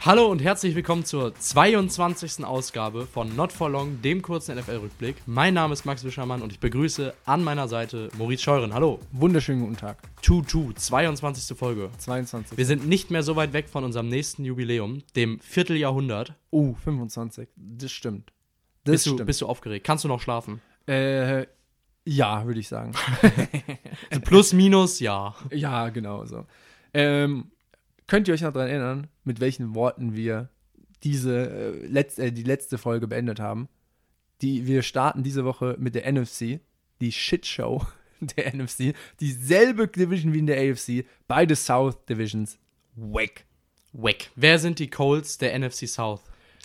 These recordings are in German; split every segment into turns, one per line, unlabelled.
Hallo und herzlich willkommen zur 22. Ausgabe von Not For Long, dem kurzen NFL-Rückblick. Mein Name ist Max Wischermann und ich begrüße an meiner Seite Maurice Scheuren. Hallo.
Wunderschönen guten Tag.
2-2, 22. Folge.
22.
Wir sind nicht mehr so weit weg von unserem nächsten Jubiläum, dem Vierteljahrhundert.
Oh, 25. Das stimmt. Das
Bist du, bist du aufgeregt? Kannst du noch schlafen?
äh, ja, würde ich sagen.
Also plus, minus, ja.
ja, genau so. Ähm, könnt ihr euch noch daran erinnern, mit welchen Worten wir diese äh, letz äh, die letzte Folge beendet haben? Die, wir starten diese Woche mit der NFC, die Shitshow der NFC, dieselbe Division wie in der AFC, beide South Divisions. Wack.
Weg. Wer sind die Colts der NFC South?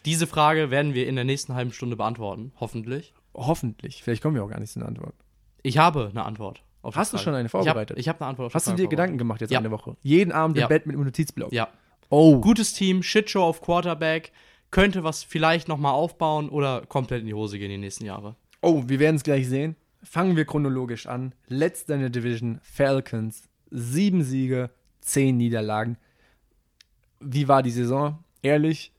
Diese Frage werden wir in der nächsten halben Stunde beantworten, hoffentlich.
Hoffentlich. Vielleicht kommen wir auch gar nicht zu einer Antwort.
Ich habe eine Antwort. auf die
Hast du
Frage.
schon eine vorbereitet?
Ich habe hab eine Antwort. auf die
Hast du
Frage
dir
vorbereitet.
Gedanken gemacht jetzt
Ja.
eine Woche? Jeden Abend im
Ja.
Bett mit einem Notizblock.
Ja.
Oh.
Gutes Team, Shitshow auf Quarterback, könnte was vielleicht nochmal aufbauen oder komplett in die Hose gehen die nächsten Jahre.
Oh, wir werden es gleich sehen. Fangen wir chronologisch an. Letzter in der Division, Falcons. Sieben Siege, zehn Niederlagen. Wie war die Saison? Ehrlich,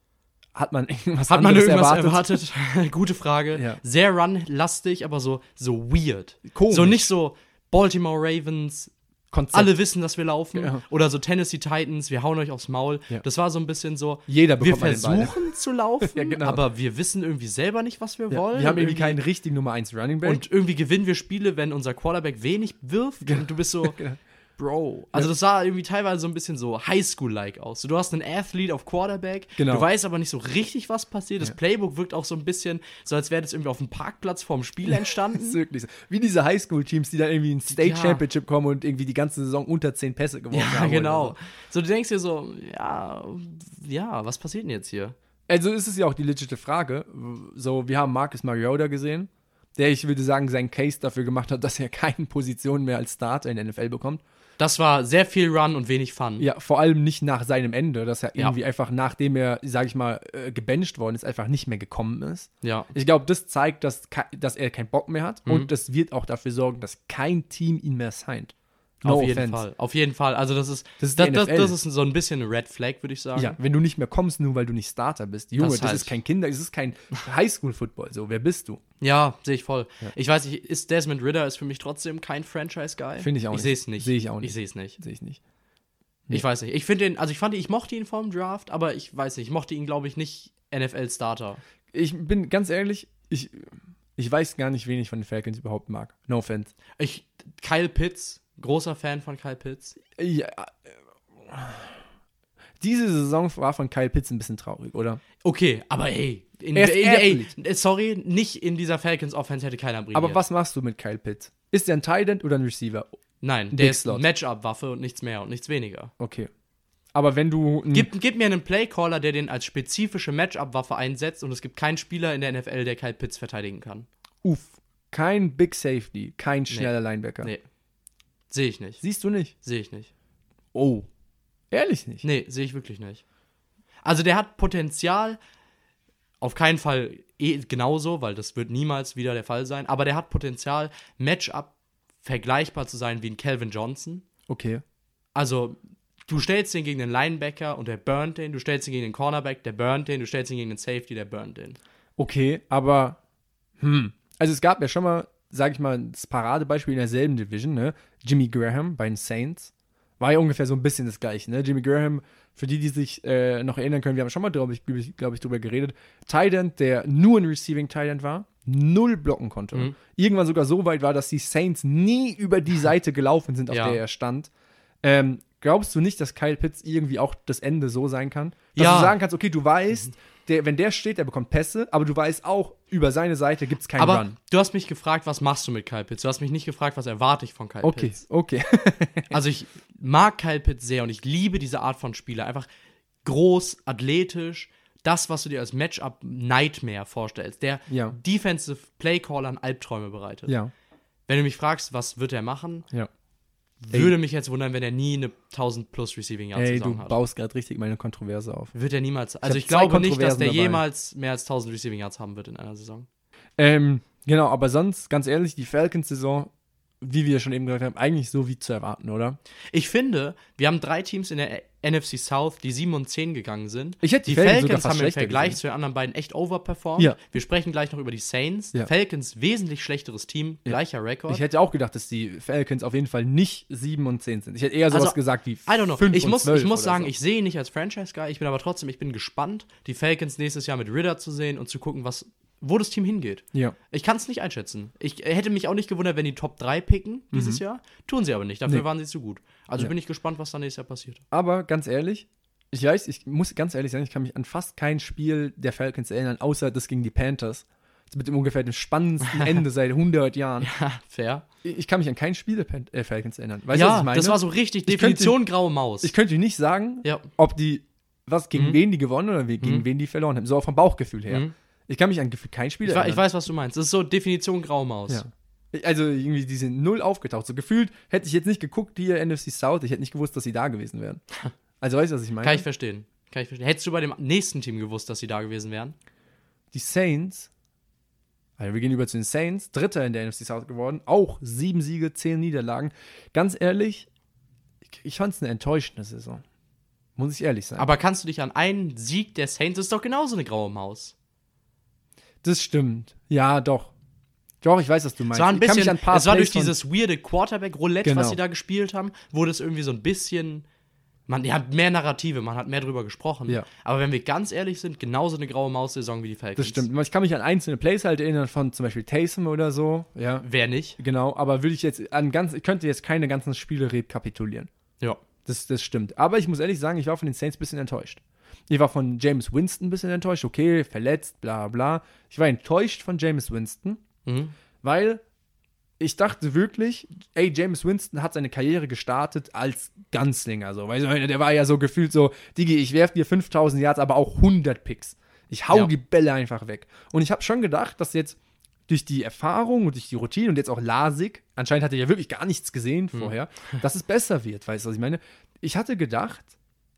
hat man irgendwas
Hat man
anderes
irgendwas
erwartet?
erwartet? Gute Frage.
Ja.
Sehr runlastig, aber so, so weird.
Komisch.
So nicht so Baltimore Ravens,
Konzept.
alle wissen, dass wir laufen.
Ja.
Oder so Tennessee Titans, wir hauen euch aufs Maul.
Ja.
Das war so ein bisschen so,
Jeder
wir
bekommt mal den Ball.
versuchen zu laufen,
Ja, genau.
aber wir wissen irgendwie selber nicht, was wir
Ja,
wollen.
wir haben irgendwie keinen richtigen Nummer 1 Running Back.
und irgendwie gewinnen wir Spiele, wenn unser Quarterback wenig wirft und du bist so,
Genau.
Bro. Also das sah irgendwie teilweise so ein bisschen so Highschool-like aus. So, du hast einen Athlet auf Quarterback,
Genau.
du weißt aber nicht so richtig, was passiert. Das Playbook wirkt auch so ein bisschen, so als wäre das irgendwie auf dem Parkplatz vorm Spiel
Das ist
entstanden.
wirklich so. Wie diese Highschool-Teams, die dann irgendwie ins State
Ja.
Championship kommen und irgendwie die ganze Saison unter zehn Pässe gewonnen
ja,
haben. oder
genau. So, du denkst dir so, ja, ja, was passiert denn jetzt hier?
Also ist es ja auch die legitime Frage. So, wir haben Marcus Mariota gesehen, der, ich würde sagen, seinen Case dafür gemacht hat, dass er keine Position mehr als Starter in der NFL bekommt.
Das war sehr viel Run und wenig Fun.
Ja, vor allem nicht nach seinem Ende, dass er
Ja.
irgendwie einfach, nachdem er, sag ich mal, äh, gebencht worden ist, einfach nicht mehr gekommen ist.
ja.
Ich glaube, das zeigt, dass, ke- dass er keinen Bock mehr
Mhm.
hat und das wird auch dafür sorgen, dass kein Team ihn mehr signed. No
auf jeden
offense.
Fall. Auf jeden Fall. Also das ist
Das ist
das,
die
das,
NFL.
das ist so ein bisschen eine Red Flag, würde ich sagen.
Ja, wenn du nicht mehr kommst, nur weil du nicht Starter bist. Junge,
Das
das,
halt.
ist kein Kinder, das ist kein Highschool-Football. So, wer bist du?
Ja, sehe ich voll. Ich weiß nicht, ist Desmond Ritter ist für mich trotzdem kein Franchise-Guy.
Finde ich
Ich
auch nicht.
sehe es nicht.
Sehe ich auch nicht.
Ich sehe es nicht.
Sehe ich nicht.
Ich weiß nicht. Ich finde den, also ich fand, ihn- ich mochte ihn vorm Draft, aber ich weiß nicht, ich mochte ihn, glaube ich, nicht NFL-Starter.
ich bin ganz ehrlich, ich, ich weiß gar nicht, wen ich von den Falcons überhaupt mag. No offense.
Ich, Kyle Pitts, großer Fan von Kyle Pitts.
Ja, äh, diese Saison war von Kyle Pitts ein bisschen traurig, oder?
Okay, aber ey, in,
Er ist
in, ey
Athlete.
äh, sorry, nicht in dieser Falcons-Offense hätte keiner brilliert.
Aber was machst du mit Kyle Pitts? Ist er ein Tight End oder ein Receiver?
Nein,
Big
der ist
Slot. Hm.
Matchup-Waffe und nichts mehr und nichts weniger.
Okay. Aber wenn du. ein-
Gib, gib mir einen Playcaller, der den als spezifische Matchup-Waffe einsetzt und es gibt keinen Spieler in der NFL, der Kyle Pitts verteidigen kann.
Uff, kein Big Safety, kein schneller Linebacker.
Nee. Sehe ich nicht.
Siehst du nicht?
Sehe ich nicht.
Oh. Ehrlich nicht.
Nee, sehe ich wirklich nicht. Also der hat Potenzial, auf keinen Fall eh genauso, weil das wird niemals wieder der Fall sein, aber der hat Potenzial, Matchup vergleichbar zu sein wie ein Calvin Johnson.
Okay.
Also du stellst den gegen den Linebacker und der burnt den, du stellst ihn gegen den Cornerback, der burnt den, du stellst ihn gegen den Safety, der burnt den.
Okay, aber hm. Also es gab ja schon mal, sag ich mal, das Paradebeispiel in derselben Division, ne? Jimmy Graham bei den Saints. War ja ungefähr so ein bisschen das gleiche, ne? Jimmy Graham, für die, die sich äh, noch erinnern können, wir haben schon mal, glaube ich, glaub ich, drüber geredet. Tident, der nur ein Receiving Tident war, null blocken konnte.
Mhm.
Irgendwann sogar so weit war, dass die Saints nie über die Seite gelaufen sind, auf
Ja.
der er stand. Ähm, glaubst du nicht, dass Kyle Pitts irgendwie auch das Ende so sein kann? Dass
Ja.
du sagen kannst, okay, du weißt, der, wenn der steht, der bekommt Pässe, aber du weißt auch, über seine Seite gibt es keinen
aber
Run.
du hast mich gefragt, was machst du mit Kyle Pitts? Du hast mich nicht gefragt, was erwarte ich von Kyle
Okay,
Pitts.
okay.
Also ich mag Kyle Pitts sehr und ich liebe diese Art von Spieler. Einfach groß, athletisch, das, was du dir als Matchup-Nightmare vorstellst, der
Ja.
Defensive Playcallern Albträume bereitet.
ja,
Wenn du mich fragst, was wird er machen,
ja.
würde mich jetzt wundern, wenn er nie eine 1000 plus Receiving Yard
Ey, du
Saison hat.
baust gerade richtig meine Kontroverse auf.
Wird er niemals. Also
hab
ich,
zwei
glaube nicht, dass
Kontroversen
der
dabei.
jemals mehr als 1000 Receiving Yards haben wird in einer Saison.
Ähm, genau, aber sonst, ganz ehrlich, die Falcons-Saison wie wir schon eben gesagt haben, eigentlich so wie zu erwarten, oder?
Ich finde, wir haben drei Teams in der NFC South, die 7 und 10 gegangen sind.
Ich hätte
die
die Falcons
Falcons,
sogar fast
haben im
schlechter
Vergleich
gesehen.
zu den anderen beiden echt overperformed.
Ja.
Wir sprechen gleich noch über die Saints.
Ja.
Falcons wesentlich schlechteres Team, gleicher Rekord.
Ich hätte auch gedacht, dass die Falcons auf jeden Fall nicht 7 und 10 sind. Ich hätte eher sowas
Also,
gesagt wie
I don't know.
5
Ich
und
muss,
12
ich muss
oder
sagen,
so.
ich sehe ihn nicht als Franchise-Guy. Ich bin aber trotzdem, ich bin gespannt, die Falcons nächstes Jahr mit Ritter zu sehen und zu gucken, was, wo das Team hingeht.
Ja.
Ich kann es nicht einschätzen. Ich äh, hätte mich auch nicht gewundert, wenn die Top 3 picken dieses Jahr. Tun sie aber nicht. Dafür
Mhm. Nee.
waren sie zu gut. Also
Ja.
bin ich gespannt, was da nächstes Jahr passiert.
Aber ganz ehrlich, ich weiß, ich muss ganz ehrlich sein, ich kann mich an fast kein Spiel der Falcons erinnern, außer das gegen die Panthers. Das mit dem ungefähr dem spannendsten Ende seit 100 Jahren.
Ha, Fair.
Ich ich kann mich an kein Spiel der Pan äh, Falcons erinnern. Weißt du, was
ja,
ich meine?
das war so richtig
Ich könnte-
Definition graue Maus.
ich könnte nicht sagen,
ja.
ob die, was gegen wen die gewonnen oder wie, gegen wen die verloren haben. So vom Bauchgefühl her.
Mhm.
Ich kann mich an Gefühl kein Spiel
Ich, we- ich
erinnern.
weiß, was du meinst. Das ist so Definition graue Maus.
ja. Also irgendwie, die sind null aufgetaucht. So gefühlt hätte ich jetzt nicht geguckt, die NFC South. Ich hätte nicht gewusst, dass sie da gewesen wären. Also weißt du, was ich meine?
Kann ich verstehen. Kann ich verstehen. Hättest du bei dem nächsten Team gewusst, dass sie da gewesen wären?
Die Saints, also wir gehen über zu den Saints, Dritter in der NFC South geworden, auch sieben Siege, zehn Niederlagen. Ganz ehrlich, ich, ich fand es eine enttäuschende Saison. Muss ich ehrlich sein.
Aber kannst du dich an einen Sieg der Saints, das ist doch genauso eine graue Maus.
das stimmt. Ja, doch. Doch, ich weiß, was du meinst.
Es war ein
Ich kann mich
bisschen,
an ein paar
es war durch
Plays von-
dieses weirde Quarterback-Roulette,
Genau.
was sie da gespielt haben, wurde es irgendwie so ein bisschen, man die hat mehr Narrative, man hat mehr drüber gesprochen.
Ja.
Aber wenn wir ganz ehrlich sind, genauso eine graue Maus-Saison wie die Falcons.
Das stimmt. Ich kann mich an einzelne Plays halt erinnern, von zum Beispiel Taysom oder so. Ja.
Wer nicht?
Genau, aber würde ich jetzt an ganz, ich könnte jetzt keine ganzen Spiele rekapitulieren.
Ja.
Das, das stimmt. Aber ich muss ehrlich sagen, ich war von den Saints ein bisschen enttäuscht. Ich war von James Winston ein bisschen enttäuscht. Okay, verletzt, bla bla. Ich war enttäuscht von James Winston,
Mhm.
weil ich dachte wirklich, ey, James Winston hat seine Karriere gestartet als Ganzlinger. So. Weißt du, der war ja so gefühlt so, Digi, ich werf dir 5000 Yards, aber auch 100 Picks. Ich hau
Ja.
die Bälle einfach weg. Und ich habe schon gedacht, dass jetzt durch die Erfahrung und durch die Routine und jetzt auch Lasik, anscheinend hat er ja wirklich gar nichts gesehen vorher, dass es besser wird, weißt du, was ich meine? Ich hatte gedacht,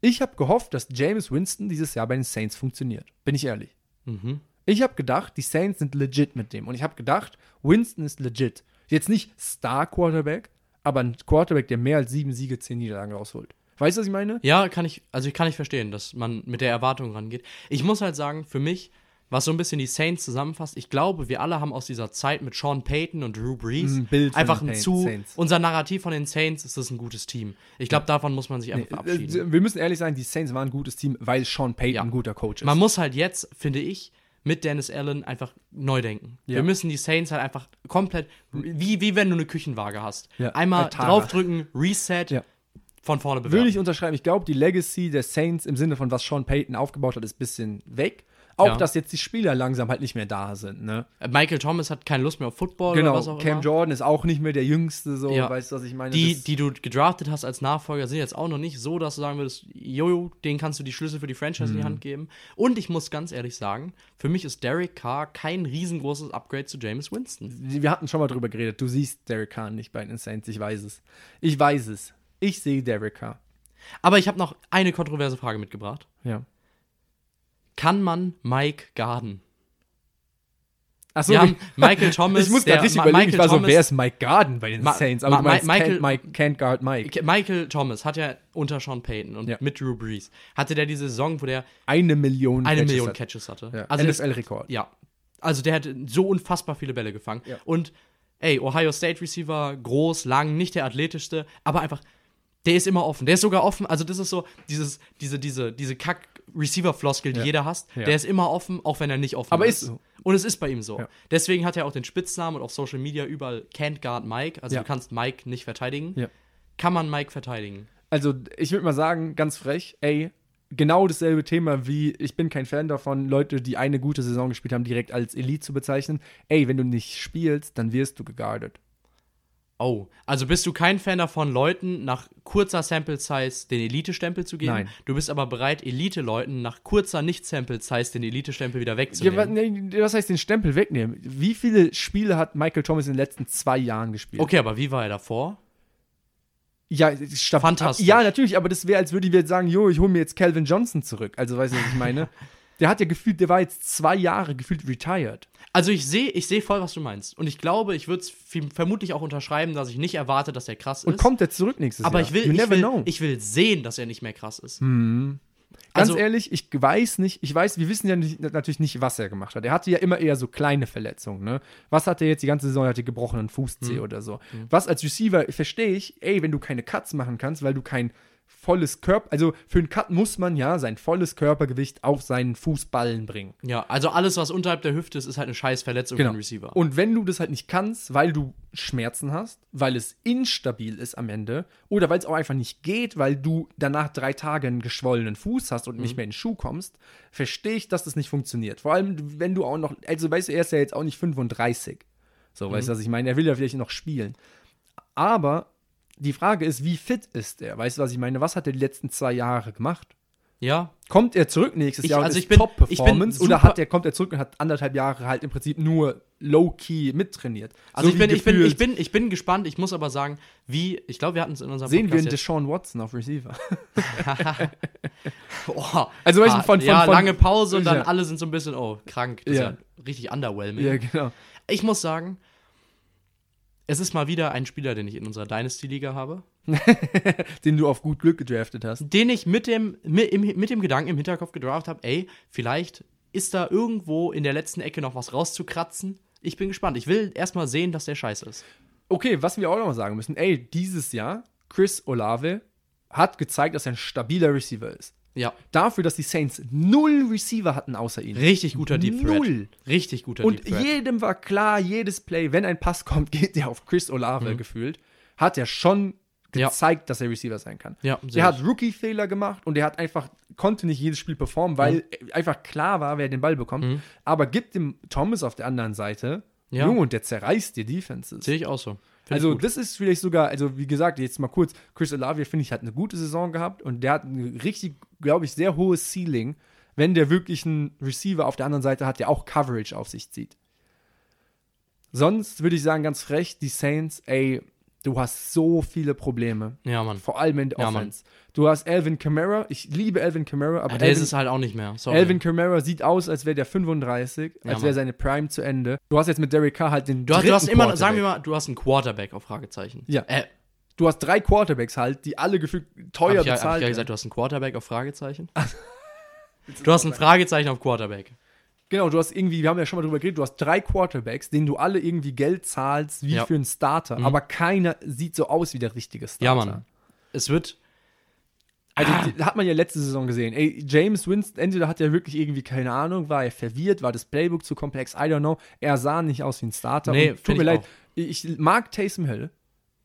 ich habe gehofft, dass James Winston dieses Jahr bei den Saints funktioniert. Bin ich ehrlich.
Mhm.
Ich habe gedacht, die Saints sind legit mit dem. Und ich habe gedacht, Winston ist legit. Jetzt nicht Star-Quarterback, aber ein Quarterback, der mehr als sieben Siege, zehn Niederlagen rausholt. Weißt du, was ich meine?
Ja, kann ich, also kann ich verstehen, dass man mit der Erwartung rangeht. Ich muss halt sagen, für mich, was so ein bisschen die Saints zusammenfasst, ich glaube, wir alle haben aus dieser Zeit mit Sean Payton und Drew Brees
Ein Bild von
einfach
den
ein
Pain-
zu,
Saints.
unser Narrativ von den Saints ist das ein gutes Team. Ich glaube, davon muss man sich einfach verabschieden.
Äh, Wir müssen ehrlich sein, die Saints waren ein gutes Team, weil Sean Payton
Ja.
ein guter Coach ist.
Man muss halt jetzt, finde ich, mit Dennis Allen einfach neu denken.
Ja.
Wir müssen die Saints halt einfach komplett, wie, wie wenn du eine Küchenwaage hast.
Ja,
Einmal
Altara.
draufdrücken, Reset,
Ja.
von vorne bewerten.
Würde ich unterschreiben. Ich glaube, die Legacy der Saints im Sinne von was Sean Payton aufgebaut hat, ist ein bisschen weg. Auch,
Ja.
dass jetzt die Spieler langsam halt nicht mehr da sind. Ne?
Michael Thomas hat keine Lust mehr auf Football oder
Genau.
was auch
Cam
immer.
Jordan ist auch nicht mehr der Jüngste, so,
Ja.
weißt du, was ich meine?
die,
Das-
die du gedraftet hast als Nachfolger, sind jetzt auch noch nicht so, dass du sagen würdest, Jojo, den kannst du die Schlüssel für die Franchise
Mhm.
in die Hand geben. Und ich muss ganz ehrlich sagen, für mich ist Derek Carr kein riesengroßes Upgrade zu James Winston.
wir hatten schon mal drüber geredet. Du siehst Derek Carr nicht bei den Saints. Ich weiß es. Ich weiß es. Ich sehe Derek Carr.
Aber ich habe noch eine kontroverse Frage mitgebracht.
Ja.
Kann man Mike Garden?
Achso,
Wir haben Michael Thomas,
ich muss
der-
gerade richtig
Ma-
überlegen.
Michael
ich war so,
Thomas-
wer ist Mike Garden bei den
Ma-
Saints? Aber
Ma-
du meinst
Ma- Michael-
Michael, Mike, can't guard Mike.
Michael Thomas hat ja unter Sean Payton und
Ja.
mit Drew Brees hatte der diese Saison, wo der
Eine Million
eine
Catches
Million
hat.
Catches hatte.
Ja.
Also das-
NFL-Rekord.
Ja. Also der hat so unfassbar viele Bälle gefangen.
Ja.
Und ey, Ohio State Receiver, groß, lang, nicht der athletischste, aber einfach, der ist immer offen. Der ist sogar offen. Also das ist so dieses, diese, diese, diese Kack. Receiver-Floskel, die
Ja.
jeder hasst,
Ja.
der ist immer offen, auch wenn er nicht offen
Aber
ist.
ist so.
Und es ist bei ihm so.
Ja.
Deswegen hat er auch den Spitznamen und auf Social Media überall Can't Guard Mike. Also
Ja.
du kannst Mike nicht verteidigen.
Ja.
Kann man Mike verteidigen?
Also, ich würde mal sagen, ganz frech, ey, genau dasselbe Thema wie, ich bin kein Fan davon, Leute, die eine gute Saison gespielt haben, direkt als Elite zu bezeichnen. Ey, wenn du nicht spielst, dann wirst du geguardet.
Oh, also bist du kein Fan davon, Leuten nach kurzer Sample Size den Elite-Stempel zu geben?
Nein.
Du bist aber bereit, Elite-Leuten nach kurzer Nicht-Sample Size den Elite-Stempel wieder
Ja, wa-
wegzunehmen.
nee, was heißt den Stempel wegnehmen? Wie viele Spiele hat Michael Thomas in den letzten zwei Jahren gespielt?
okay, aber wie war er davor?
Ja, es stammt-
Fantastisch.
Ja, natürlich, aber das wäre, als würden wir jetzt sagen, jo, ich hole mir jetzt Calvin Johnson zurück. Also, weißt du, was ich meine? Der hat ja gefühlt, der war jetzt zwei Jahre gefühlt retired.
Also ich sehe ich seh voll, was du meinst. Und ich glaube, ich würde es vermutlich auch unterschreiben, dass ich nicht erwarte, dass er krass
Und
ist.
kommt er zurück nächstes
aber
Jahr?
ich will,
You
ich,
never
will
know. Hm.
ich will sehen, dass er nicht mehr krass ist.
Ganz
also-
ehrlich, ich weiß nicht, ich weiß, wir wissen ja nicht, natürlich nicht, was er gemacht hat. Er hatte ja immer eher so kleine Verletzungen, ne? Was hat er jetzt die ganze Saison? Er hatte gebrochenen Fußzeh oder so. Was als Receiver verstehe ich, ey, wenn du keine Cuts machen kannst, weil du kein volles Körper, also für einen Cut muss man ja sein volles Körpergewicht auf seinen Fußballen bringen.
Ja, also alles, was unterhalb der Hüfte ist, ist halt eine scheiß Verletzung für den Receiver.
Genau. Und wenn du das halt nicht kannst, weil du Schmerzen hast, weil es instabil ist am Ende oder weil es auch einfach nicht geht, weil du danach drei Tage einen geschwollenen Fuß hast und nicht mehr in den Schuh kommst, verstehe ich, dass das nicht funktioniert. Vor allem, wenn du auch noch, also weißt du, er ist ja jetzt auch nicht 35. So, weißt du, was ich meine? Er will ja vielleicht noch spielen. Aber die Frage ist, wie fit ist er? Weißt du, was ich meine? Was hat er die letzten zwei Jahre gemacht?
ja,
Kommt er zurück nächstes
Ich-
Jahr
also
und
ich bin-
Top-Performance
ich bin
oder
super-
hat er, kommt er zurück und hat anderthalb Jahre halt im Prinzip nur low-key mittrainiert?
also
So
ich,
wie
bin, ich, bin, ich,
gefühlt
bin, ich bin gespannt. Ich muss aber sagen, wie, ich glaube, wir hatten es in unserem
Sehen wir einen
jetzt.
Deshaun Watson auf Receiver.
Boah,
Also, weißt du,
ah,
von- von-
ja,
von-
lange Pause und dann
Ja.
alle sind so ein bisschen, oh, krank. Das
Ja.
ist ja richtig underwhelming.
ja, genau.
Ich muss sagen, es ist mal wieder ein Spieler, den ich in unserer Dynasty-Liga habe,
Den du auf gut Glück gedraftet hast.
den ich mit dem, mit, im, mit dem Gedanken im Hinterkopf gedraft habe, ey, vielleicht ist da irgendwo in der letzten Ecke noch was rauszukratzen. Ich bin gespannt. Ich will erstmal sehen, dass der scheiße ist.
Okay, was wir auch noch mal sagen müssen, ey, dieses Jahr, Chris Olave hat gezeigt, dass er ein stabiler Receiver ist.
Ja.
Dafür, dass die Saints null Receiver hatten außer ihn.
Richtig guter Deep Threat.
Null.
Richtig guter
Und
Deep Threat.
jedem war klar, jedes Play, wenn ein Pass kommt, geht der auf Chris Olave gefühlt. Hat er schon
Mhm. Ja.
gezeigt, dass er Receiver sein kann.
Ja, sehe
er hat Rookie-Fehler gemacht und er hat einfach, konnte nicht jedes Spiel performen, weil äh, einfach klar war, wer den Ball bekommt. Aber gibt dem Thomas auf der anderen Seite,
Mhm. Ja.
Junge, und der zerreißt dir Defenses.
Sehe ich auch so. Find ich
Also
gut.
das ist vielleicht sogar, also wie gesagt, jetzt mal kurz, Chris Olave, finde ich, hat eine gute Saison gehabt und der hat ein richtig, glaube ich, sehr hohes Ceiling, wenn der wirklich einen Receiver auf der anderen Seite hat, der auch Coverage auf sich zieht. Sonst würde ich sagen, ganz frech, die Saints, ey, du hast so viele Probleme.
ja, Mann.
Vor allem in der
Ja, Mann.
Offense. Du hast Alvin Kamara, ich liebe Alvin Kamara, aber
Aber der ist
Alvin,
es halt auch nicht mehr. Sorry.
Alvin Kamara sieht aus, als wäre der 35,
Ja,
als wäre
Mann.
seine Prime zu Ende. Du hast jetzt mit Derek Carr halt den
du, hast- du hast
dritten
immer, sagen
Quarterback.
wir mal, du hast einen Quarterback auf Fragezeichen.
Ja.
Äh,
Du hast drei Quarterbacks halt, die alle gefühlt
Hab
teuer
ich, ja- hab ich
bezahlt
ja
werden.
gesagt, du hast einen Quarterback auf Fragezeichen. du hast ein Fragezeichen auf Quarterback.
Genau, du hast irgendwie, wir haben ja schon mal drüber geredet, du hast drei Quarterbacks, denen du alle irgendwie Geld zahlst, wie
Ja. Mhm.
für einen Starter. Aber keiner sieht so aus wie der richtige Starter.
Ja, Mann. Es wird.
Also,
Ah.
die- hat man ja letzte Saison gesehen. Ey, James Winston, entweder hat er wirklich irgendwie keine Ahnung, war er verwirrt, war das Playbook zu komplex, I don't know. Er sah nicht aus wie ein Starter.
Nee,
Und tut
find
mir
ich
leid,
auch.
ich mag Taysom Hill.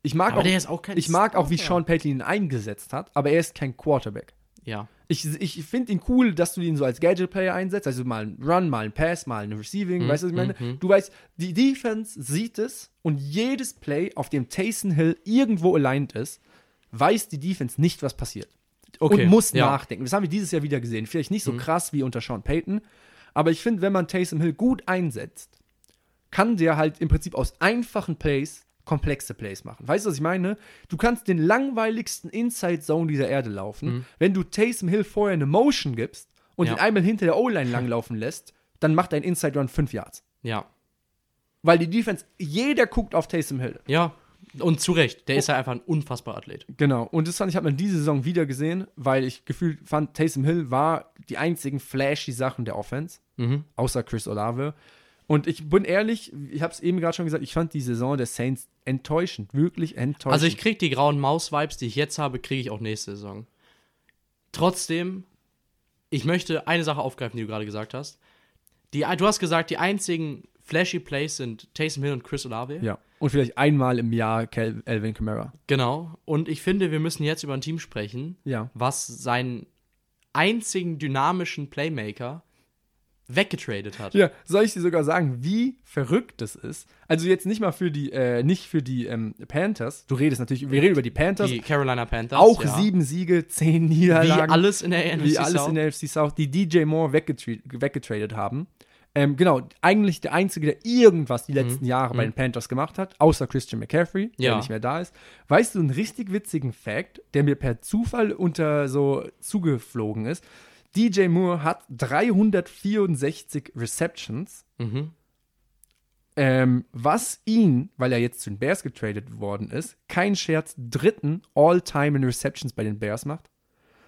Ich mag
Aber
auch,
der ist auch kein
ich mag auch, wie
Starter.
Sean Payton ihn eingesetzt hat, aber er ist kein Quarterback.
Ja.
Ich, ich finde ihn cool, dass du ihn so als Gadget-Player einsetzt. Also mal ein Run, mal ein Pass, mal ein
Mhm,
Receiving. weißt du, was ich meine? Du weißt, die Defense sieht es und jedes Play, auf dem Taysom Hill irgendwo aligned ist, weiß die Defense nicht, was passiert.
Okay,
Und muss
ja. Mhm.
nachdenken. Das haben wir dieses Jahr wieder gesehen. Vielleicht nicht so krass wie unter Sean Payton, aber ich finde, wenn man Taysom Hill gut einsetzt, kann der halt im Prinzip aus einfachen Plays komplexe Plays machen. Weißt du, was ich meine? Du kannst den langweiligsten Inside Zone dieser Erde laufen. Wenn du Taysom Hill vorher eine Motion gibst und
Ja.
ihn einmal hinter der O-Line langlaufen lässt, dann macht dein Inside Run fünf Yards.
Ja.
Weil die Defense, jeder guckt auf Taysom Hill.
Ja. Und zu Recht. Der ist ja einfach ein unfassbarer Athlet.
Genau. Und das fand ich, hat man diese Saison wieder gesehen, weil ich gefühlt fand, Taysom Hill war die einzigen flashy Sachen der Offense.
Mhm.
Außer Chris Olave. Und ich bin ehrlich, ich habe es eben gerade schon gesagt, ich fand die Saison der Saints enttäuschend. Wirklich enttäuschend.
Also ich krieg die grauen Maus-Vibes, die ich jetzt habe, kriege ich auch nächste Saison. Trotzdem, ich möchte eine Sache aufgreifen, die du gerade gesagt hast. Die, du hast gesagt, die einzigen flashy Plays sind Taysom Hill und Chris Olave.
Ja. Und vielleicht einmal im Jahr Kel Elvin Kamara.
Genau. Und ich finde, wir müssen jetzt über ein Team sprechen,
Ja.
was seinen einzigen dynamischen Playmaker weggetradet hat.
Ja, soll ich dir sogar sagen, wie verrückt das ist? Also jetzt nicht mal für die, äh, nicht für die ähm, Panthers. Du redest natürlich, wir reden über die Panthers.
Die Carolina Panthers.
auch
ja.
sieben Siege, zehn
Wie
Niederlagen.
alles in der NFC
wie alles
South.
in der FC South, die DJ Moore weggetra weggetradet haben. Ähm, genau, eigentlich der Einzige, der irgendwas die letzten Jahre bei den Panthers gemacht hat, außer Christian McCaffrey, der
Ja.
nicht mehr da ist. Weißt du, einen richtig witzigen Fact, der mir per Zufall unter so zugeflogen ist? DJ Moore hat 364 Receptions,
Mhm.
ähm, was ihn, weil er jetzt zu den Bears getradet worden ist, kein Scherz, dritten All-Time in Receptions bei den Bears macht.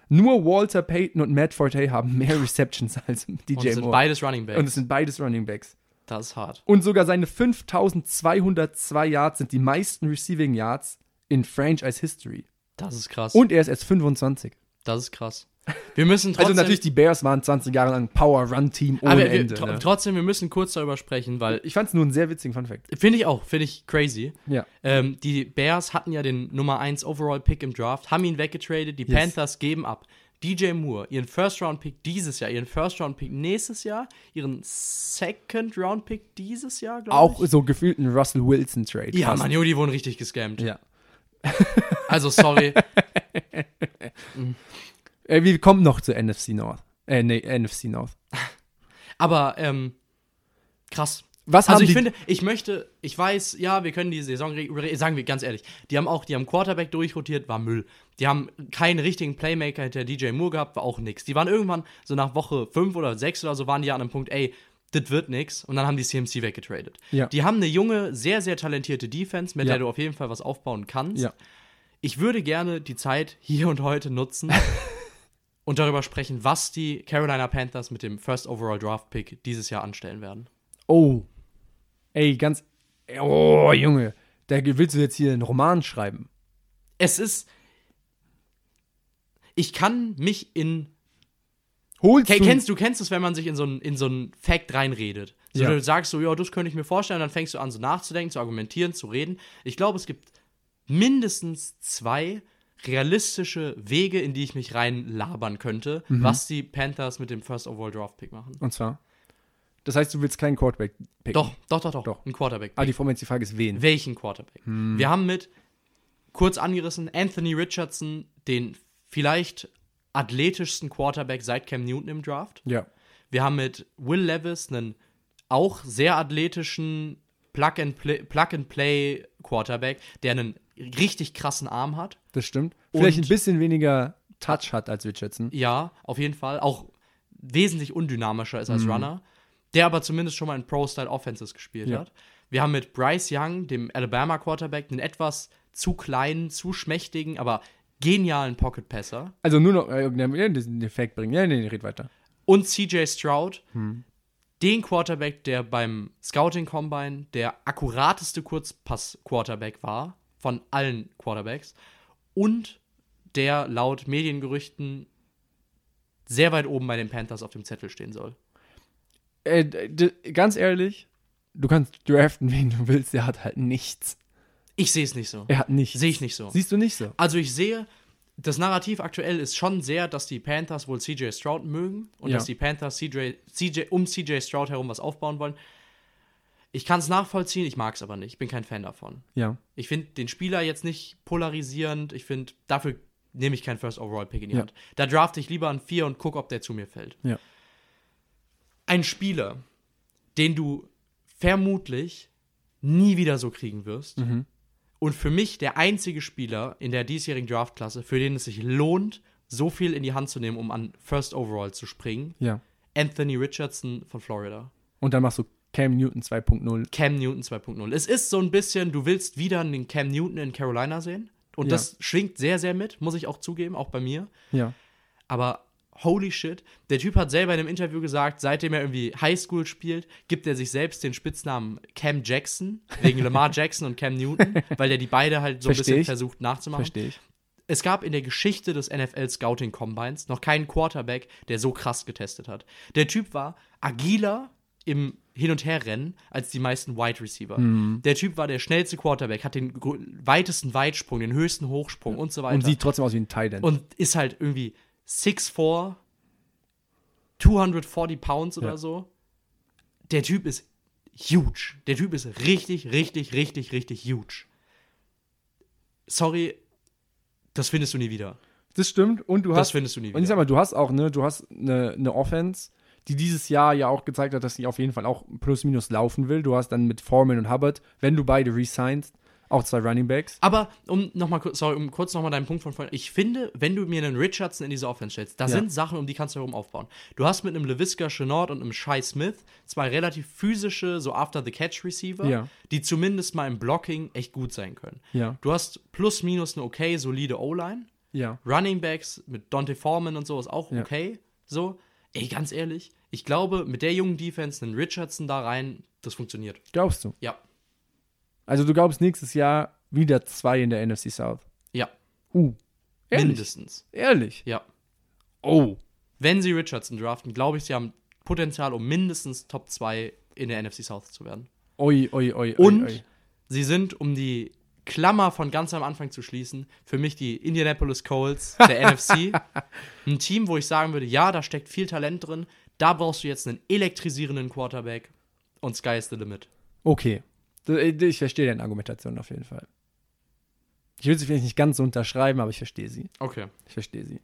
Nur Walter Payton und Matt Forte haben mehr Receptions als
Und
DJ
es sind
Moore.
beides Running Backs.
Und es sind beides Running Backs.
das ist hart.
Und sogar seine 5202 Yards sind die meisten Receiving Yards in Franchise History.
Das ist krass.
Und er ist erst 25.
das ist krass. Wir müssen trotzdem.
Also natürlich, die Bears waren 20 Jahre lang ein Power-Run-Team ohne
aber wir,
Ende.
tro-
ne?
trotzdem, wir müssen kurz darüber sprechen, weil
Ich fand es nur einen sehr witzigen Funfact.
finde ich auch, finde ich crazy.
Ja.
Ähm, die Bears hatten ja den Nummer 1 Overall Pick im Draft, haben ihn weggetradet. Die
Yes.
Panthers geben ab. DJ Moore, ihren First Round Pick dieses Jahr, ihren First Round Pick nächstes Jahr, ihren Second Round Pick dieses Jahr, glaube
Auch
ich.
so gefühlt ein Russell Wilson-Trade.
Ja,
fast.
Mann, jo, die wurden richtig gescammt.
Ja.
Also, sorry.
Äh, wir kommen noch zu NFC North. Äh, nee, NFC North.
aber, ähm, krass.
Was
also
haben
ich
die,
finde, ich möchte, ich weiß, ja, wir können die Saison, re- re- sagen wir ganz ehrlich, die haben auch, die haben Quarterback durchrotiert, war Müll. Die haben keinen richtigen Playmaker hinter DJ Moore gehabt, war auch nix. Die waren irgendwann, so nach Woche 5 oder 6 oder so, waren die an einem Punkt, ey, das wird nix. Und dann haben die CMC weggetradet.
Ja.
Die haben eine junge, sehr, sehr talentierte Defense, mit
Ja.
der du auf jeden Fall was aufbauen kannst.
Ja.
Ich würde gerne die Zeit hier und heute nutzen und darüber sprechen, was die Carolina Panthers mit dem First Overall Draft Pick dieses Jahr anstellen werden.
Oh. Ey, ganz. Oh, Junge. Da willst du jetzt hier einen Roman schreiben.
Es ist. Ich kann mich in.
Holst
Ke
du.
kennst du kennst es, wenn man sich in so einen in so einen Fact reinredet. So,
Ja.
Du sagst so, ja, das könnte ich mir vorstellen, dann fängst du an, so nachzudenken, zu argumentieren, zu reden. Ich glaube, es gibt mindestens zwei realistische Wege, in die ich mich reinlabern könnte, was die Panthers mit dem First Overall Draft Pick machen.
Und zwar. Das heißt, du willst keinen Quarterback picken.
Doch, doch, doch, doch,
Doch.
ein Quarterback.
Ah, die Form jetzt die Frage ist, wen?
Welchen Quarterback? Wir haben mit, kurz angerissen, Anthony Richardson, den vielleicht athletischsten Quarterback seit Cam Newton im Draft.
Ja.
Wir haben mit Will Levis einen auch sehr athletischen Plug-and-Play- Plug-and-Play-Quarterback, der einen richtig krassen Arm hat.
Das stimmt. Vielleicht
Und-
ein bisschen weniger Touch hat als Richardson.
Ja, auf jeden Fall. Auch wesentlich undynamischer ist als Runner, der aber zumindest schon mal in Pro-Style-Offenses gespielt
Ja.
hat. Wir haben mit Bryce Young, dem Alabama-Quarterback, einen etwas zu kleinen, zu schmächtigen, aber genialen Pocket-Passer.
Also nur noch äh, irgendeinen diesen Effekt bringen. Ja, nee, nee, red weiter.
Und CJ Stroud, den Quarterback, der beim Scouting-Combine der akkurateste Kurzpass-Quarterback war, von allen Quarterbacks. Und der laut Mediengerüchten sehr weit oben bei den Panthers auf dem Zettel stehen soll.
Äh, d- ganz ehrlich, du kannst draften, wen du willst. Der hat halt nichts.
Ich sehe es nicht so.
Er hat nichts.
Sehe ich nicht so.
Siehst du nicht so?
Also ich sehe, das Narrativ aktuell ist schon sehr, dass die Panthers wohl CJ Stroud mögen und
Ja.
dass die Panthers CJ, CJ, um CJ Stroud herum was aufbauen wollen. Ich kann es nachvollziehen, ich mag es aber nicht. Ich bin kein Fan davon.
Ja.
Ich finde den Spieler jetzt nicht polarisierend. Ich finde, dafür nehme ich keinen First Overall Pick in die
Ja.
Hand. Da drafte ich lieber einen Vier und gucke, ob der zu mir fällt.
Ja.
Ein Spieler, den du vermutlich nie wieder so kriegen wirst.
Mhm.
Und für mich der einzige Spieler in der diesjährigen Draftklasse, für den es sich lohnt, so viel in die Hand zu nehmen, um an First Overall zu springen,
Ja.
Anthony Richardson von Florida.
Und dann machst du Cam Newton 2.0.
Cam Newton 2.0. Es ist so ein bisschen, du willst wieder einen Cam Newton in Carolina sehen. Und
Ja.
das schwingt sehr, sehr mit, muss ich auch zugeben, auch bei mir.
Ja.
Aber holy shit, der Typ hat selber in einem Interview gesagt, seitdem er irgendwie Highschool spielt, gibt er sich selbst den Spitznamen Cam Jackson, wegen Lamar Jackson und Cam Newton, weil der die beide halt so ein
Versteh
bisschen
ich.
versucht nachzumachen.
Verstehe ich.
Es gab in der Geschichte des NFL Scouting Combines noch keinen Quarterback, der so krass getestet hat. Der Typ war agiler im Hin- und Herrennen als die meisten Wide Receiver. Der Typ war der schnellste Quarterback, hat den grö- weitesten Weitsprung, den höchsten Hochsprung und so weiter.
Und sieht trotzdem aus wie ein Tight End.
Und ist halt irgendwie 6'4, 240 Pounds oder
Ja.
so. Der Typ ist huge. Der Typ ist richtig, richtig, richtig, richtig huge. Sorry, das findest du nie wieder.
das stimmt. Und du
Das
hast.
findest du nie wieder.
Und ich sag mal, du hast auch, ne, du hast eine ne Offense, die dieses Jahr ja auch gezeigt hat, dass sie auf jeden Fall auch plus minus laufen will. Du hast dann mit Foreman und Hubbard, wenn du beide resignst, Auch zwei Running Backs.
Aber um noch mal kurz, sorry, um kurz nochmal deinen Punkt von vorhin. Ich finde, wenn du mir einen Richardson in diese Offense stellst, da
Ja.
sind Sachen, um die kannst du herum aufbauen. Du hast mit einem LaVisca Chenault und einem Shai Smith zwei relativ physische, so After-the-Catch-Receiver,
Ja.
die zumindest mal im Blocking echt gut sein können.
Ja.
Du hast plus minus eine okay, solide O-Line.
Ja.
Running Backs mit Dante Foreman und so ist auch
Ja.
okay. So, ey, ganz ehrlich, ich glaube, mit der jungen Defense einen Richardson da rein, das funktioniert.
Glaubst du?
Ja,
Also du glaubst nächstes Jahr wieder zwei in der NFC South.
ja,
Uh. Ehrlich?
mindestens.
Ehrlich?
Ja.
Oh.
Wenn sie Richardson draften, glaube ich, sie haben Potenzial, um mindestens Top 2 in der NFC South zu werden.
Oi, oi, oi,
Und
oi, oi.
sie sind, um die Klammer von ganz am Anfang zu schließen, für mich die Indianapolis Colts der NFC. Ein Team, wo ich sagen würde, ja, da steckt viel Talent drin, da brauchst du jetzt einen elektrisierenden Quarterback und Sky is the limit.
Okay. D- Ich verstehe deine Argumentation auf jeden Fall. Ich will sie vielleicht nicht ganz so unterschreiben, aber ich verstehe sie.
Okay.
Ich verstehe sie.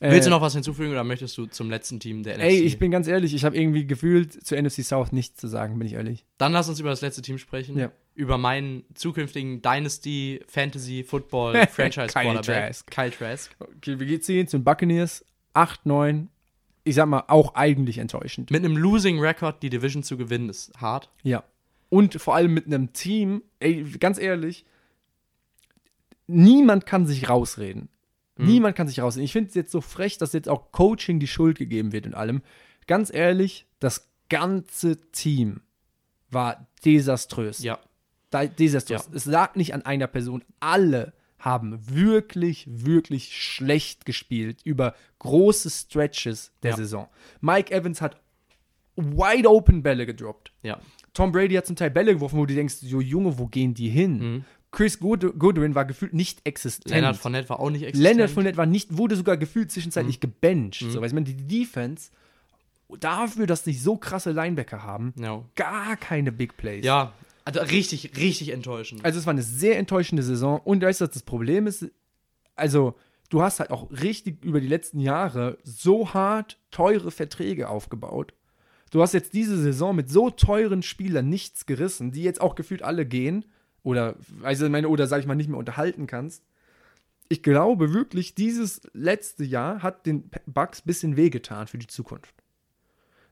Willst
Äh,
du noch was hinzufügen oder möchtest du zum letzten Team der NFC?
Ey, ich bin ganz ehrlich, ich habe irgendwie gefühlt zur NFC South nichts zu sagen, bin ich ehrlich.
Dann lass uns über das letzte Team sprechen.
Ja.
Über meinen zukünftigen Dynasty Fantasy Football Franchise
Kyle
Quarterback,
Trask.
Kyle Trask.
Okay, wir geht's hier zu den Buccaneers. 8-9. Ich sag mal, auch eigentlich enttäuschend.
Mit einem Losing Record die Division zu gewinnen ist hart.
Ja. Und vor allem mit einem Team, ey, ganz ehrlich, niemand kann sich rausreden.
Mhm.
Niemand kann sich rausreden. Ich finde es jetzt so frech, dass jetzt auch Coaching die Schuld gegeben wird und allem. Ganz ehrlich, das ganze Team war desaströs.
Ja.
Da- Desaströs.
Ja.
Es lag nicht an einer Person. Alle haben wirklich, wirklich schlecht gespielt über große Stretches der
Ja.
Saison. Mike Evans hat wide open Bälle gedroppt.
Ja.
Tom Brady hat zum Teil Bälle geworfen, wo du denkst, so Junge, wo gehen die hin? Chris Good Goodwin war gefühlt nicht existent.
Mhm. Leonard Fournette war auch nicht existent. Mhm.
Leonard Fournette war nicht, wurde sogar gefühlt zwischenzeitlich gebencht. So, weil ich meine, die Defense, dafür, dass die so krasse Linebacker haben,
No.
gar keine Big Plays.
Mhm. Ja. Also richtig, richtig enttäuschend.
Also es war eine sehr enttäuschende Saison und weißt du, was das Problem ist? Also, du hast halt auch richtig über die letzten Jahre so hart teure Verträge aufgebaut. Du hast jetzt diese Saison mit so teuren Spielern nichts gerissen, die jetzt auch gefühlt alle gehen oder also ich meine oder sag ich mal nicht mehr unterhalten kannst. Ich glaube wirklich, dieses letzte Jahr hat den P- Bucks bisschen wehgetan für die Zukunft.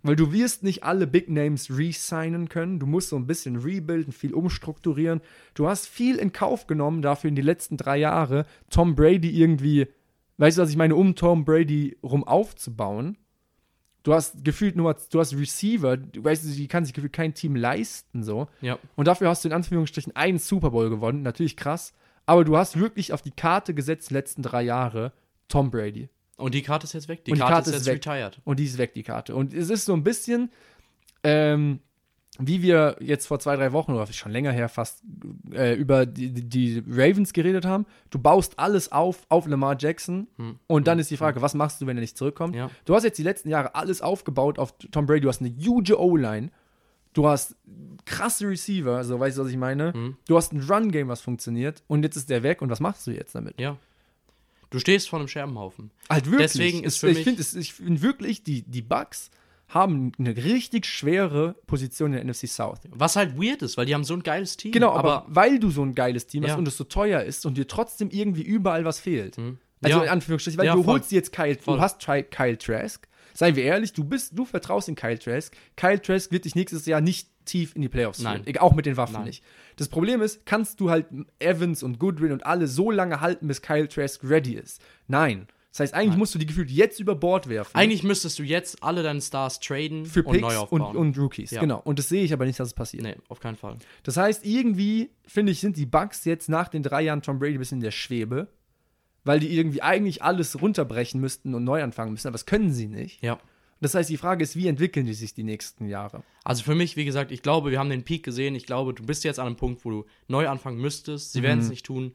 Weil du wirst nicht alle Big Names re-signen können. Du musst so ein bisschen rebuilden, viel umstrukturieren. Du hast viel in Kauf genommen dafür in die letzten drei Jahre, Tom Brady irgendwie, weißt du, was ich meine, um Tom Brady rum aufzubauen. Du hast gefühlt nur, du hast Receiver, du weißt, du, die kann sich gefühlt kein Team leisten, so.
ja.
Und dafür hast du in Anführungsstrichen einen Super Bowl gewonnen, natürlich krass. Aber du hast wirklich auf die Karte gesetzt, die letzten drei Jahre, Tom Brady.
Und die Karte ist jetzt weg. Die,
Und
Karte, ist jetzt
weg.
retired.
Und die ist weg, die Karte. Und es ist so ein bisschen, ähm, wie wir jetzt vor zwei, drei Wochen oder schon länger her fast äh, über die, die die Ravens geredet haben. Du baust alles auf, auf Lamar Jackson. Und dann ist die Frage, was machst du, wenn er nicht zurückkommt?
Ja.
Du hast jetzt die letzten Jahre alles aufgebaut auf Tom Brady. Du hast eine huge O-Line. Du hast krasse Receiver, so weißt du, was ich meine. Du hast ein Run-Game, was funktioniert. Und jetzt ist der weg. Und was machst du jetzt damit?
Ja. Du stehst vor einem Scherbenhaufen.
Halt wirklich.
Deswegen ist
Es-
für
ich
mich-
Find, es- ich finde wirklich, die, die Bucks haben eine richtig schwere Position in der NFC South.
Was halt weird ist, weil die haben so ein geiles Team.
Genau, aber, weil du so ein geiles Team
Ja.
hast und es so teuer ist und dir trotzdem irgendwie überall was fehlt. Also
Mhm. Ja.
in Anführungsstrichen, weil
Ja,
du
voll.
holst dir jetzt Kyle,
Voll.
du hast Tri- Kyle Trask. Seien wir ehrlich, du bist, du vertraust in Kyle Trask. Kyle Trask wird dich nächstes Jahr nicht tief in die Playoffs
Nein.
führen. Egal, Auch mit den Waffen
Nein.
nicht. Das Problem ist, kannst du halt Evans und Goodwin und alle so lange halten, bis Kyle Trask ready ist. Nein. Das heißt, eigentlich musst du die gefühlt jetzt über Bord werfen
eigentlich müsstest du jetzt alle deine Stars traden
für
und
Picks
neu
und,
aufbauen.
und, Rookies.
Ja.
Genau. Und das sehe ich aber nicht, dass es passiert.
nee, auf keinen Fall.
Das heißt, irgendwie, finde ich, sind die Bucks jetzt nach den drei Jahren Tom Brady ein bisschen in der Schwebe, weil die irgendwie eigentlich alles runterbrechen müssten und neu anfangen müssen, aber das können sie nicht.
Ja.
Das heißt, die Frage ist, wie entwickeln die sich die nächsten Jahre?
Also für mich, wie gesagt, ich glaube, wir haben den Peak gesehen. Ich glaube, du bist jetzt an einem Punkt, wo du neu anfangen müsstest. Sie
Mhm.
werden es nicht tun.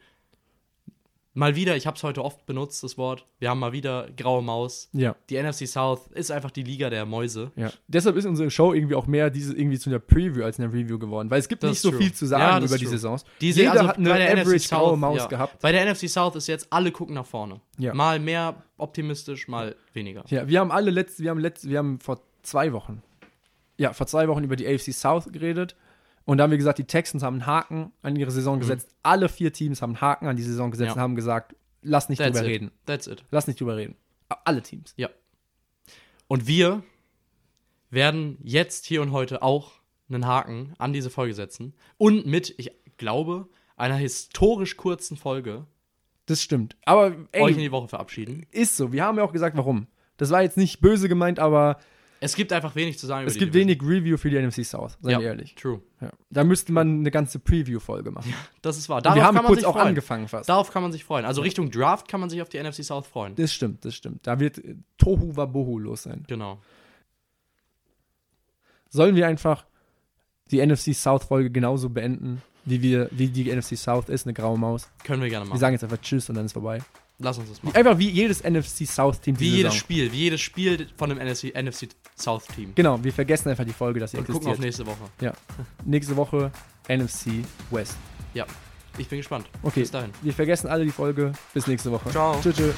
Mal wieder, ich habe es heute oft benutzt, das Wort. Wir haben mal wieder graue Maus.
Ja.
Die NFC South ist einfach die Liga der Mäuse.
Ja. Deshalb ist unsere Show irgendwie auch mehr diese irgendwie zu einer Preview als einer Review geworden, weil es gibt
Das
nicht
ist
so
true.
viel zu sagen
Ja, das
über
ist
die
true.
Saisons.
Die sehen
Jeder
also
hat eine
bei der
average
NFC
graue
South,
Maus
ja.
gehabt.
Bei der NFC South ist jetzt alle gucken nach vorne.
Ja.
Mal mehr optimistisch, mal weniger.
Ja, wir haben alle letzte, wir haben letzte, wir haben vor zwei Wochen, ja, vor zwei Wochen über die AFC South geredet Und da haben wir gesagt, die Texans haben einen Haken an ihre Saison gesetzt. Alle vier Teams haben einen Haken an die Saison
Mhm.
gesetzt
Ja.
und haben gesagt, lass nicht
That's
drüber
it.
reden.
That's it.
Lass nicht drüber reden. Alle Teams.
Ja. Und wir werden jetzt hier und heute auch einen Haken an diese Folge setzen. Und mit, ich glaube, einer historisch kurzen Folge
Das stimmt. Aber
euch in
ey,
die Woche verabschieden.
ist so. Wir haben ja auch gesagt, warum. Das war jetzt nicht böse gemeint, aber
Es gibt einfach wenig zu sagen.
es
über
gibt
die Division.
wenig Review für die NFC South, seien wir
ja,
ehrlich.
True.
Ja. Da müsste man eine ganze Preview-Folge machen.
Das ist wahr.
Und
Darauf
wir haben
kann man
kurz
sich
auch
freuen.
angefangen fast.
Darauf kann man sich freuen. Also Richtung Draft kann man sich auf die NFC South freuen.
Das stimmt, das stimmt. Da wird äh, Tohu Wabohu los sein.
Genau.
Sollen wir einfach die NFC South-Folge genauso beenden, wie, wir, wie die NFC South ist, eine graue Maus?
Können wir gerne
Wir
machen.
sagen jetzt einfach Tschüss und dann ist vorbei.
Lass uns das machen.
Einfach wie jedes NFC South-Team
Wie
diese
jedes
Saison.
Spiel, wie jedes Spiel von einem NFC, NFC South Team.
Genau, wir vergessen einfach die Folge, dass sie
Und gucken
existiert.
auf nächste Woche.
ja. Nächste Woche NFC West.
Ja. Ich bin gespannt.
Okay,
Bis dahin.
wir vergessen alle die Folge. Bis nächste Woche.
Ciao.
Tschüss. tschüss.